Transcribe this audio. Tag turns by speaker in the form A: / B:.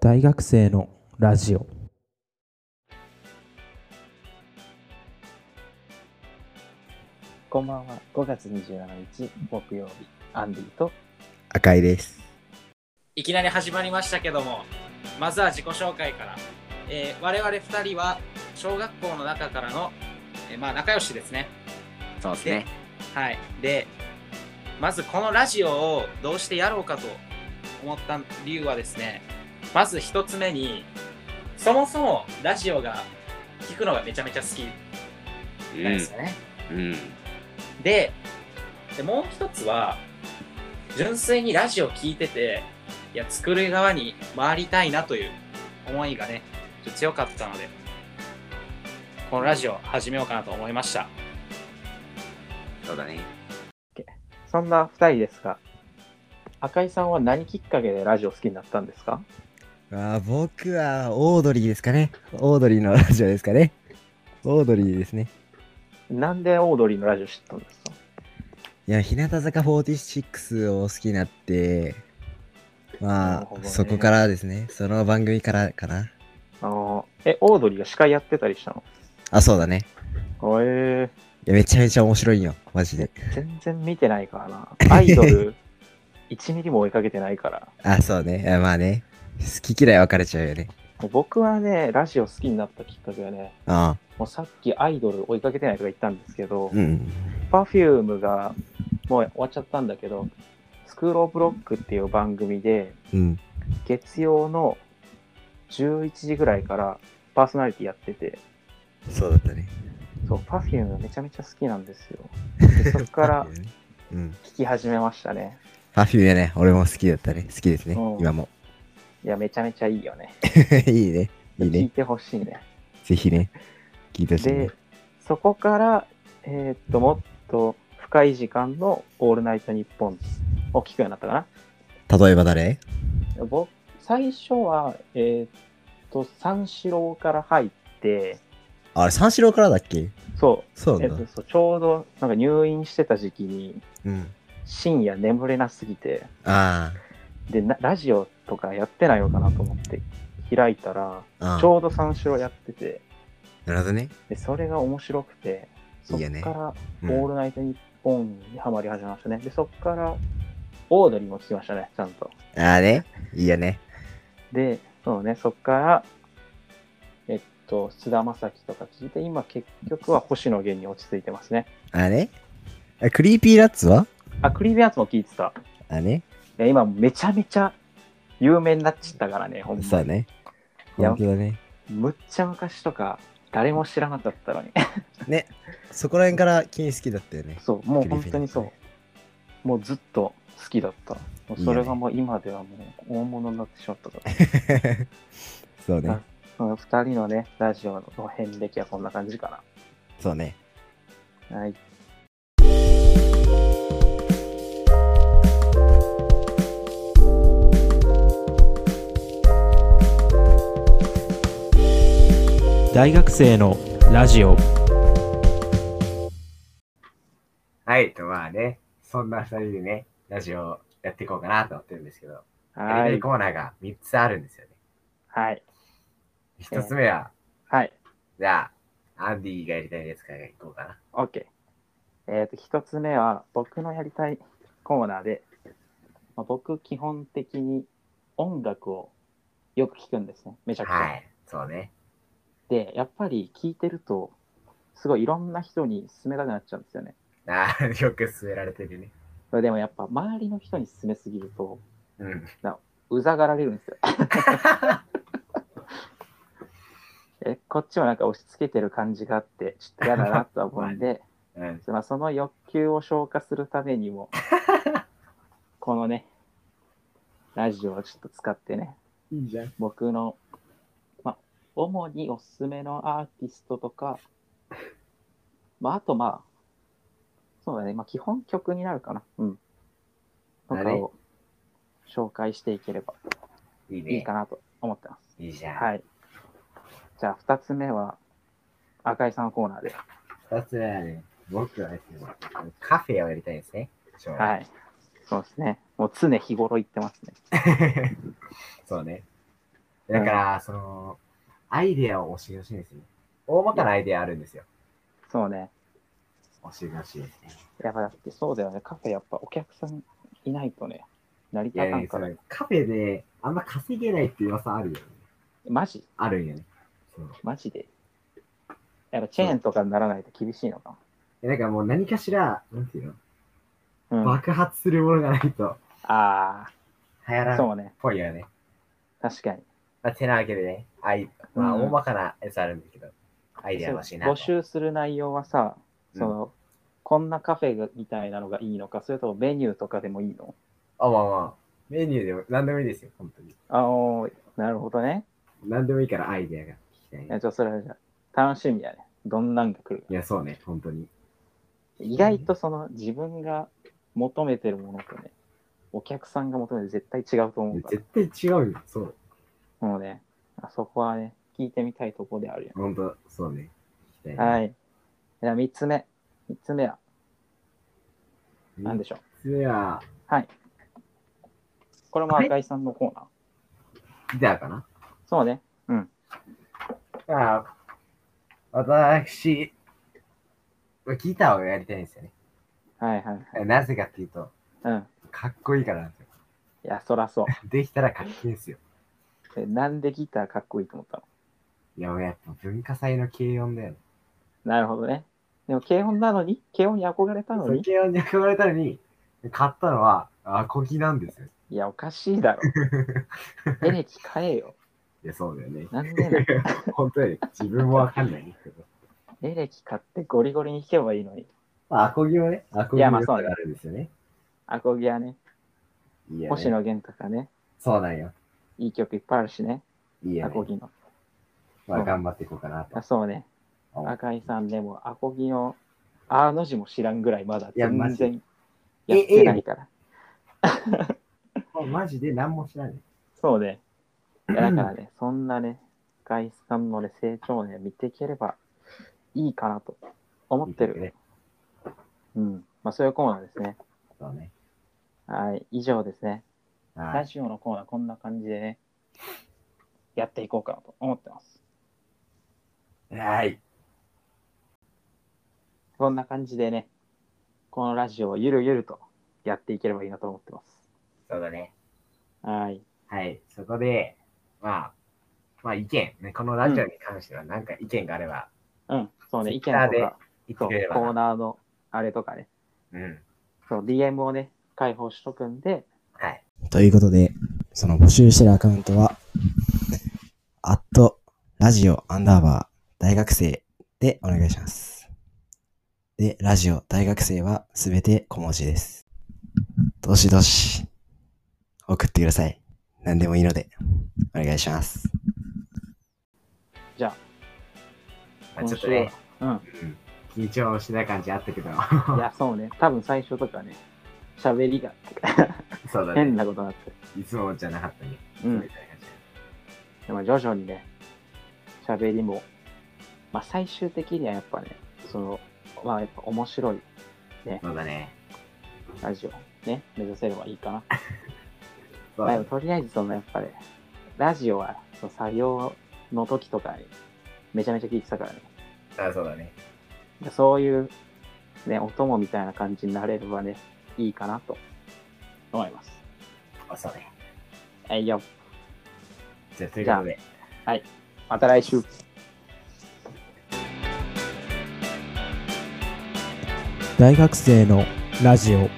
A: 大学生のラジオ
B: こんばんは。5月27日木曜日、アンディと
C: 赤井です。
D: いきなり始まりましたけども、まずは自己紹介から。えー我々2人は小学校の中からの、えーまあ、仲良しですね。
E: そうですね。
D: はい。で、まずこのラジオをどうしてやろうかと思った理由はですね、まず1つ目に、そもそもラジオが聞くのがめちゃめちゃ好きなんですよね。
E: うん。
D: ででもう一つは純粋にラジオ聞いてていや作る側に回りたいなという思いがねちょっと強かったのでこのラジオ始めようかなと思いました
E: そうだね。
B: そんな2人ですが、赤井さんは何きっかけでラジオ好きになったんですか
C: あー僕はオードリーですかね。オードリーのラジオですかね。オードリーですね。
B: なんでオードリーのラジオ知ったんですか
C: いや、日向坂46を好きになって、
B: な
C: ま
B: る
C: あ
B: ほ、どね
C: そこからですね。その番組からかな。
B: あのえ、オードリーが司会やってたりしたの
C: あ、そうだね。
B: え
C: いや、めちゃめちゃ面白いよ。マジで。
B: ー、全然見てないからな。アイド ル、1ミリも追いかけてないから。
C: あ、そうね。あまあね。好き嫌い分かれちゃうよね。
B: 僕はね、ラジオ好きになったきっかけはね、
C: あ
B: もうさっきアイドル追いかけてないとか言ったんですけど
C: あ、うん。
B: Perfume がもう終わっちゃったんだけど、スクールオブロックっていう番組で、
C: うん。
B: 月曜の11時ぐらいからパーソナリティやってて、
C: そうだったね。
B: そう、Perfume がめちゃめちゃ好きなんですよ。でそこ から
C: パフュームねうん。
B: 聞き始めましたね。
C: パフュームやね。俺も好きだったね。好きですね
B: う。ん
C: 今も。
B: いや、めちゃめちゃいいよね。
C: いいね。いい
B: 聞い
C: ね。
B: てほしいね。
C: ぜひね。聞いてほしいね
B: で。、そこから、えーっと、もっと深い時間のオールナイトニッポンを聞くようになったか
C: 例えば誰
B: な。僕、最初は、えーっと、三四郎から入って、
C: あれ、三四郎からだっけ
B: そう、
C: そう
B: え
C: な
B: っ
C: ん
B: と
C: だ。
B: そうちょうどなんか入院してた時期に
C: うん。
B: 深夜眠れなすぎて
C: あ
B: でなラジオとかやってないのかなと思って開いたら
C: あ。ああ
B: ちょうど三四郎やってて
C: なるほどね。
B: でそれが面白くて
C: い
B: そっ
C: い
B: か
C: よね
B: ら「
C: う
B: オー
C: ん、
B: ルナイトニッポン」にハマり始めましたねでそっからオードリーも聞きましたねちゃんと
C: ああね。いいよね。
B: でそうねそっからえっと菅田将暉とか聞いて今結局は星野源に落ち着いてますね
C: ああね。あクリーピーラッツは
B: あクリービアーツも聞いてた
C: ああね。
B: いや今めちゃめちゃ有名になっちゃったからね、ほんまに
C: そうね。
B: いや
C: 本当だね。
B: むっちゃ昔とか誰も知らなかっ たのに。
C: ね。そこら辺から君好きだったよね。
B: そう、もう本当にそ
C: グリ
B: う。もうずっと好きだった。もうそれがもう今ではもう大物になってしまっ たから。
C: そうね
B: あ。その2人のね、ラジオの遍歴はこんな感じか
C: そうね。
B: な。はい。
A: 大学生のラジオ
E: はい、とまあね、そんな二人でね、ラジオをやっていこうかなと思ってるんですけど、
B: は
E: エレ
B: い
E: キ。コーナーが3つあるんですよね。
B: はい。
E: 1つ目は、
B: はい。
E: じゃあ、アンディがやりたいやつからいこうかな。
B: OK。えっ、と、一つ目は、僕のやりたいコーナーで、まあ、僕、基本的に音楽をよく聞くんですね。めちゃくちゃ。
E: はい、そうね。
B: で、やっぱり聞いてると、すごいいろんな人に勧めたくなっちゃうんですよね。
E: ああ、よく勧められてるね。
B: でもやっぱ、周りの人に勧めすぎると、
E: うん。
B: うざがられるんですよ。えこっちもなんか押し付けてる感じがあって、ちょっと嫌だなとは思うん で、
E: うん、
B: まあ、その欲求を消化するため にも、このね、ラジオをちょっと使ってね、
E: いいじゃん。
B: 僕の、まあ、主におすすめのアーティストとか、まあ、あとまあ、そうだね、まあ、基本曲になるかな。うん。とかを紹介していければ
E: いいね。
B: いいかなと思ってます。
E: いいじゃん。
B: はい。じゃあ、2つ目は、赤井さんのコーナーで。
E: 2つ目はね、僕はですね、カフェをやりたいですね。将来
B: はい。そうですね。もう常日頃行ってますね。
E: そうね。だから、その、アイデアを教えてほしいんですよね。大まかなアイデアあるんですよ。
B: そうね。
E: 教えてほしいですね。
B: やっぱだってそうだよね。カフェやっぱお客さんいないとね、成り
E: いや
B: 立
E: い
B: た
E: や
B: んから。
E: それカフェであんま稼げないって噂あるよね。
B: マジ
E: あるんよね。そう
B: マジで。やっぱチェーンとかにならないと厳しいのか
E: えだからもう何かしら、なんていうの、
B: な。うん。あ
E: 爆発するものがないと
B: あ
E: 流行ら
B: ー、
E: ないっ
B: そうね。
E: ぽいよね。
B: 確かに。
E: まあ、てなわけでね、あいまあ、
B: うん
E: 大まかなやつあるんだけど、アイデア欲しいな
B: そ
E: と。
B: う募集する内容はさ、
E: うん
B: その、こんなカフェみたいなのがいいのか、それともメニューとかでもいいの
E: あ、まあまあ、メニューでも何でもいいですよ、本当に。
B: あおーなるほどね。
E: 何でもいいからアイデアが聞きたい
B: いや、
E: ね。
B: ちょ、それはじゃあ楽しみやね。どんなんが来るか。
E: いや、そうね、本当に。
B: 意外とその自分が求めてるものとね、お客さんが求めてる絶対違うと思うか
E: 絶対違うよ、そう。
B: ら。もうね、あそこはね、聞いてみたいとこであるよ。
E: 本当、そうね。聞きたいね
B: はい。では3つ目。3つ目は何でしょう、
E: 三つ目は、
B: はい。これも赤井さんのコーナー。
E: ギターかな
B: そうね。
E: あ私、まあギターをやりたいんですよね。
B: はいはい。
E: なぜかっていうと、
B: うん。
E: かっこいいからなんですよ。
B: いや、そら そう。
E: できたらかっけえんですよ。
B: えなんでギターかっこいいと思ったの
E: いや、もうやっぱ文化祭の軽音だよね。
B: なるほどね。でも、軽音なのに軽音に憧れたの
E: その
B: に
E: 軽音に憧れたのに、買ったのは、アコギなんですよ。
B: いや、おかしいだ ろ。エレキ買えよ。
E: いや、そうだよね。
B: なんでだよ
E: 本当に自分もわかんないんですけど。
B: エレキ買ってゴリゴリに弾けばいいのに。
E: まあ、アコギはね、アコギ
B: いやまあ
E: の良
B: そう
E: さ
B: だね
E: があるんですよね。
B: アコギはね、
E: いいよね
B: 星野源とかね、
E: そうなんよ。
B: いい曲いっぱいあるしね、
E: いいよ
B: アコ
E: ね。
B: ギの。
E: まあ、頑張っていこうかなと
B: あ。そうね、
E: あ
B: 赤井さんでもアコギのあの字も知らんぐらいまだ
E: いやマ
B: 全
E: ジ
B: 然やってないから。
E: マジで何もしないね。
B: そうね。いやだからね、 そんなね、赤井さんのね、成長をね、見ていければいいかなと思ってる。
E: ね。
B: うん。まあそういうコーナーですね。
E: そうね。
B: はい。以上ですね。
E: は
B: ラ
E: い。
B: ジオのコーナーこんな感じでね、やっていこうかなと思ってます。
E: はい。
B: こんな感じでね、このラジオをゆるゆるとやっていければいいなと思ってます。
E: そうだね。
B: はい。
E: はい、そこで、まあ、まあ意見、ね、このラジオに関しては何か意見があれば
B: うん。そうね、意見と
E: Twitter で
B: か、
E: 言って
B: そう
E: くれれば
B: コー
E: な。
B: ナーのあれとかね、
E: うん。
B: そう、DM をね、開放しとくんで、
E: はい。
C: ということで、その募集してるアカウントは、アット、ラジオ、アンダーバー、大学生でお願いします。で、ラジオ、大学生はすべて小文字です。どしどし、送ってください。何でもいいので、お願いします。
B: じゃ
E: ま
B: あ、
E: あ、ちょ
B: 今
E: っと
B: 週は
E: ね、、
B: うん。
E: うん、緊張しない感じあったけど、
B: いや、そうね、多分最初とかね、喋りが
E: そうだね。
B: 変なことになって、
E: いつもじゃなかったね。
B: うん
E: みたいな感じ
B: でも徐々にね、喋りも、まあ最終的にはやっぱね、その、まあやっぱ面白い
E: そうだね。
B: ラジオね、目指せればいいかな。
E: そう
B: まあで
E: だ
B: も。
E: ね
B: とりあえずそのやっぱり、ラジオはその作業の時とかにめちゃめちゃ聞いてたからね。
E: あそうだね。
B: そういうね、お供みたいな感じになれればね、いいかなと思います。
E: あそうね。
B: はいよ、
E: じゃあ、ということで。
B: また来週。
A: 大学生のラジオ